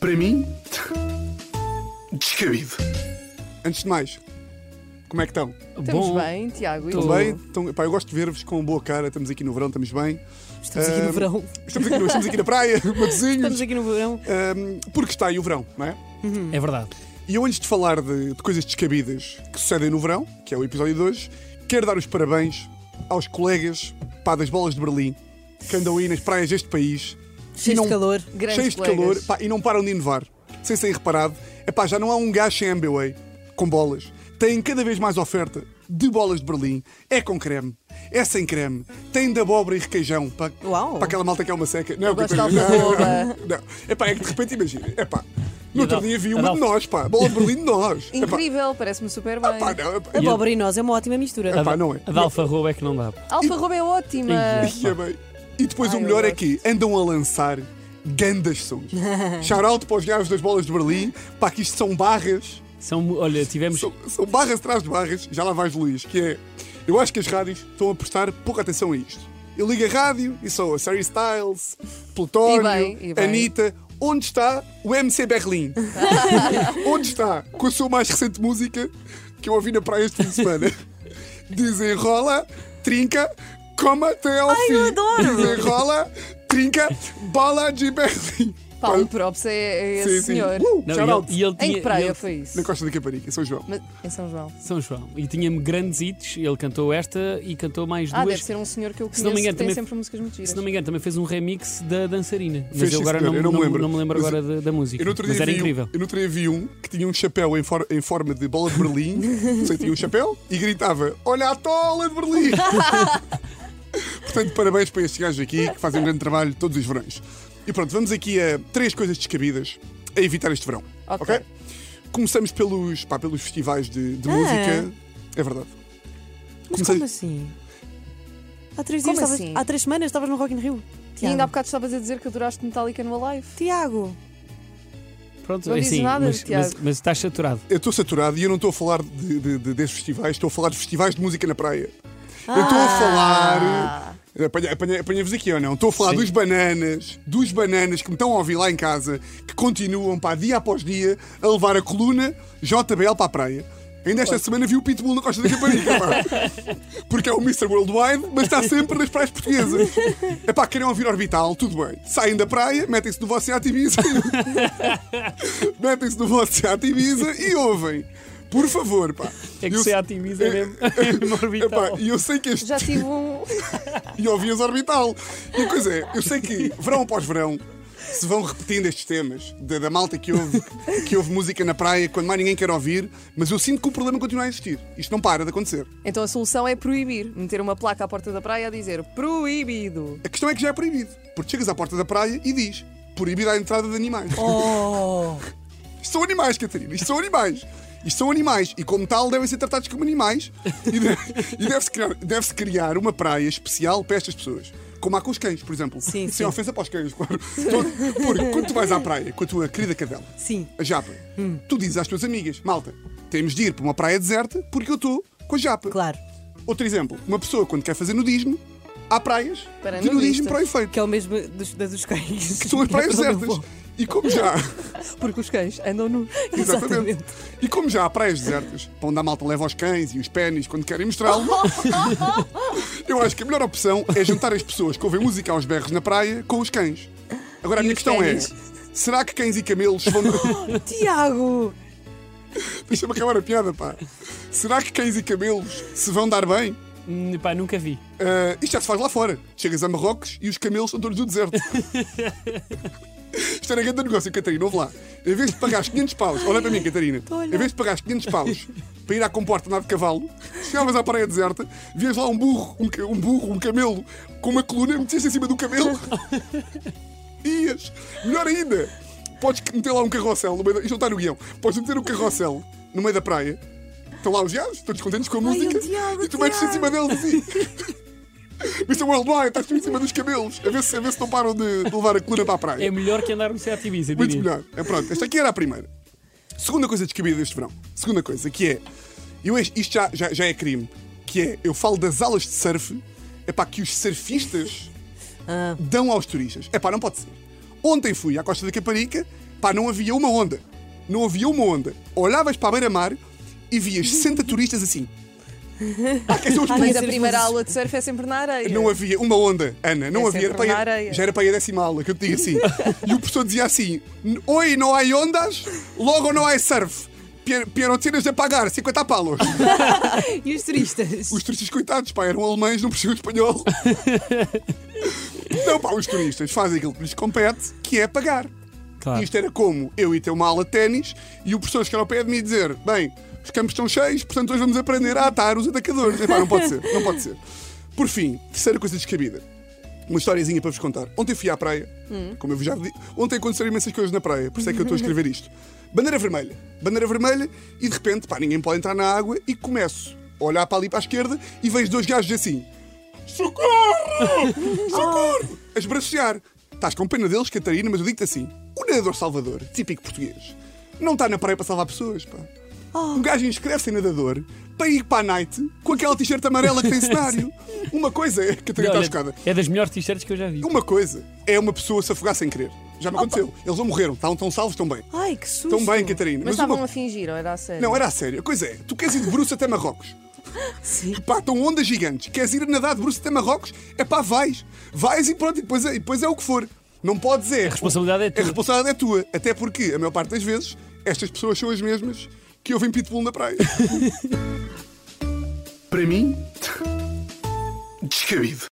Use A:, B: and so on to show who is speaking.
A: Para mim, descabido.
B: Antes de mais, como é que estão?
C: Estamos bem, Tiago. e
B: Estão
C: tu?
B: bem? Estão- pá, eu gosto de ver-vos com boa cara. Estamos aqui no verão, estamos bem.
C: Estamos aqui
B: Ah,
C: no verão.
B: Estamos aqui, estamos aqui na praia,
C: Estamos
B: matozinhos.
C: aqui no verão.
B: Ahm, porque está aí o verão, não é?
C: Hum.
D: É verdade.
B: E eu, antes de falar de, de coisas descabidas que sucedem no verão, que é o episódio de hoje, quero dar os parabéns aos colegas pá, das bolas de Berlim que andam aí nas praias deste país. e
E: Cheio
B: não-
E: de calor.
C: Grandes
B: cheios de
C: colegas.
B: calor pá, e não param de inovar. Sem serem reparado, é pá, já não há um gajo sem MBA com bolas. Têm cada vez mais oferta de bolas de Berlim. É com creme, é sem creme, tem de abóbora e requeijão. Pá,
E: Uau.
B: Para aquela malta que é uma seca. Não,
C: gosto
B: coitado,
C: de
B: não,
C: abóbora.
B: não, não. É pá, é que de repente imagina. É pá, no outro
D: Adolfo,
B: dia vi uma de
D: Adolfo.
B: nós, pá, bola de Berlim de nós. É pá,
C: Incrível, parece-me super
B: ah, pá,
C: bem.
B: não, é pá,
E: A
D: E
E: abóbora e nós é uma ótima mistura.
B: Epá, não é.
D: A de alfarroba é que não dá.
C: Alfa Romeo é ótima.
B: E
D: Incrível.
B: é bem. E depois
C: Ai,
B: o
C: eu
B: melhor é
C: gosto.
B: que andam a lançar gandas sons. Shout-out para os gajos das bolas de Berlim, pá, que isto são barras,
D: São, olha, tivemos.
B: são, são barras atrás de barras, já lá vais Luís, que é, eu acho que as rádios estão a prestar pouca atenção a isto. Eu ligo a rádio e sou a Sarah Styles, Plutónio,
C: E bem, e bem.
B: Anitta, onde está o MC Berlim? onde está? Com a sua mais recente música que eu ouvi na praia este fim de semana. Desenrola, trinca, coma até ao fim.
E: eu adoro!
B: Desenrola, trinca, bola de Berlim.
C: Pá, um props é, é esse
B: sim, sim.
C: senhor.
B: Uh,
D: Não,
B: shout out.
D: e ele, e ele
C: Em
D: tinha-
C: que praia
D: e ele-
C: foi isso?
B: Na Costa da Caparica, São João.
C: Mas- em São João.
D: São João. E tinha-me grandes hits. Ele cantou esta e cantou mais
C: Ah, deve
D: duas.
C: ser um senhor que eu
D: Se
C: conheço
D: não me engano,
C: que tem
D: também-
C: sempre músicas muito giras.
D: Se não me engano, também fez um remix da dançarina. Mas
B: Fez,
D: eu
B: sim,
D: agora
B: senhora,
D: não,
B: eu não me
D: não-
B: lembro.
D: não me lembro
B: Mas
D: agora da, da música.
B: Eu no outro dia
D: Mas era
B: vi
D: incrível.
B: Um, eu no outro dia vi um que tinha um chapéu em, for- em forma de bola de Berlim. Não sei, tinha um chapéu e gritava: Olha a tola de Berlim! Portanto, parabéns para estes gajos aqui que fazem um grande trabalho todos os verões. E pronto, vamos aqui a três coisas descabidas a evitar este verão.
C: Ok.
B: Começamos pelos, pá, pelos festivais de,
D: Ah.
B: de música. É verdade.
E: Mas
B: Comecei-
E: como assim? Há três
C: Como
E: dias estavas-
C: assim?
E: Há três semanas estavas no Rock in Rio.
C: E ainda há
E: Tiago.
C: bocado estavas a dizer que adoraste Metallica no Alive.
E: Tiago.
D: Pronto,
C: Não
D: é
C: dizes
D: assim,
C: nada,
D: mas,
C: Tiago.
D: mas, mas estás saturado.
B: Eu estou saturado e eu não estou a falar de, de, de- desses festivais, estou a falar de festivais de música na praia. Eu estou a falar. Apanha- apanha- Apanha-vos aqui ou não? Estou a falar
D: Sim.
B: dos bananas, dos bananas que me estão a ouvir lá em casa, que continuam, pá, dia após dia, a levar a coluna JBL para a praia. Ainda esta semana vi o Pitbull na Costa da Caparica, pá. Porque é o Mr. Worldwide, mas está sempre nas praias portuguesas. É pá, querem ouvir Orbital, tudo bem. Saem da praia, metem-se no vosso iate Ibiza. metem-se no vosso iate Ibiza e ouvem. Por favor, pá.
D: É que
B: Eu-
D: se ativiza é mesmo. É mesmo
B: Epá,
D: orbital.
B: E eu sei que este
C: Já tive um.
B: e ouvias Orbital. E a coisa é, eu sei que verão após verão se vão repetindo estes temas da, da malta que ouve, que ouve música na praia quando mais ninguém quer ouvir, mas eu sinto que o problema continua a existir. Isto não para de acontecer.
C: Então a solução é proibir. Meter uma placa à porta da praia a dizer proibido.
B: A questão é que já é proibido, porque chegas à porta da praia e diz proibida a entrada de animais.
E: Oh.
B: Isto são animais, Catarina, isto são animais. Isto são animais e, como tal, devem ser tratados como animais. E, de- e deve-se criar, deve criar uma praia especial para estas pessoas. Como há com os cães, por exemplo.
E: Sim,
B: Sem
E: sim.
B: ofensa para os cães, claro. Todo- Porque quando tu vais à praia com a tua querida cadela,
E: Sim.
B: a japa, tu dizes às tuas amigas: malta, temos de ir para uma praia deserta porque eu estou com a japa.
E: Claro.
B: Outro exemplo: uma pessoa, quando quer fazer nudismo, há praias
C: Para
B: de nudismo
C: nudistas. É
B: para o efeito.
E: Que é o mesmo dos, da dos cães. é
B: Que são as praias desertas. E como já.
C: Porque os cães andam nus.
B: Exatamente. E como já há praias desertas, para onde a malta leva os cães e os pênis quando querem mostrá-lo, eu acho que a melhor opção é juntar as pessoas que ouvem música aos berros na praia com os cães. Agora, a minha
C: os
B: questão
C: pênis?
B: é: será que cães e camelos vão.
E: Tiago!
B: Deixa-me acabar a piada, pá. Será que cães e camelos se vão dar bem?
D: Hum, Pá, nunca vi.
B: Ah, isto já se faz lá fora. Chegas a Marrocos e os camelos são todos do deserto. Isto era grande negócio, Catarina, ouve lá. Em vez de pagares 500 paus, olha para mim, Catarina.
E: a olhar.
B: Em vez de pagares 500 paus para ir à comporta andar de cavalo, chegavas à praia deserta, vias lá um burro, um, ca- um burro, um camelo, com uma coluna, metias em cima do camelo. Ias. Melhor ainda, podes meter lá um carrossel no meio da... Isto não está no guião. Podes meter um carrossel no meio da praia. Estão lá os gajos, todos contentes com a
E: Ai, o
B: música.
E: Diogo,
B: e tu metes em cima deles assim. Mr. é Worldwide, estás tu em cima dos cabelos. A ver se, a ver se não param de, de levar a coluna para a praia.
D: É melhor que andar no Seat Ibiza,
B: Muito
D: diria.
B: melhor. É pronto, esta aqui era a primeira. Segunda coisa descabida deste verão. Segunda coisa, que é. Eu, acho- isto já, já, já é crime. Que é, eu falo das aulas de surf, é pá, que os surfistas dão aos turistas. É pá, não pode ser. Ontem fui à Costa da Caparica, Pá, não havia uma onda. Não havia uma onda. Olhavas para a beira-mar e vias 60 turistas assim. Pá, quem são os
C: Mas
B: turistas?
C: a primeira aula de surf é sempre na areia.
B: Não havia uma onda, Ana, não
C: É
B: havia.
C: sempre
B: Era para ir-
C: na areia.
B: já era para ir a décima aula que eu te digo assim. e o professor dizia assim: Oi, não há ondas, logo não há surf. Pier- Piero tens de pagar 50 palos.
E: E os turistas?
B: Os turistas, coitados, pá, eram alemães, não percebiam espanhol. não, pá, os turistas fazem aquilo que lhes compete, que é pagar.
D: Claro.
B: Isto era como eu ir ter uma aula de ténis e o professor chegar ao pé de mim e dizer: Bem, os campos estão cheios, portanto hoje vamos aprender a atar os atacadores. Epá, não pode ser, não pode ser. Por fim, terceira coisa descabida. Uma historiazinha para vos contar. Ontem fui à praia, como eu vos já vi. Ontem aconteceram imensas coisas na praia, por isso é que eu estou a escrever isto. Bandeira vermelha. Bandeira vermelha e de repente, pá, ninguém pode entrar na água e começo a olhar para ali para a esquerda e vejo dois gajos assim.
C: Ah.
B: Socorro! Socorro! A esbracejar. Estás com pena deles, Catarina, mas eu digo-te assim: o nadador salvador, típico português, não está na praia para salvar pessoas, pá.
C: Oh.
B: Um gajo inscreve-se em nadador para ir para a night com aquela t-shirt amarela que tem cenário. Uma coisa é. Catarina está
D: Olha,
B: chocada.
D: é das melhores t-shirts que eu já vi.
B: Uma coisa é uma pessoa se afogar sem querer. Já me aconteceu. Eles não morreram, estão, estão salvos, estão bem.
E: Ai, que susto.
B: Estão bem, Catarina.
C: Oh, Mas
B: uma
C: estavam a fingir, ou era a sério?
B: não, era a sério. A coisa é, tu queres ir de Bruce até Marrocos.
E: Sim.
B: E pá, estão ondas gigantes. Queres ir nadar de Bruce até Marrocos? É pá, vais. Vais e pronto, e depois, é- e depois é o que for. Não podes é. A
D: responsabilidade é tua.
B: A responsabilidade é tua. Até porque, a maior parte das vezes, estas pessoas são as mesmas que ouvem Pitbull na praia. Para mim, descabido.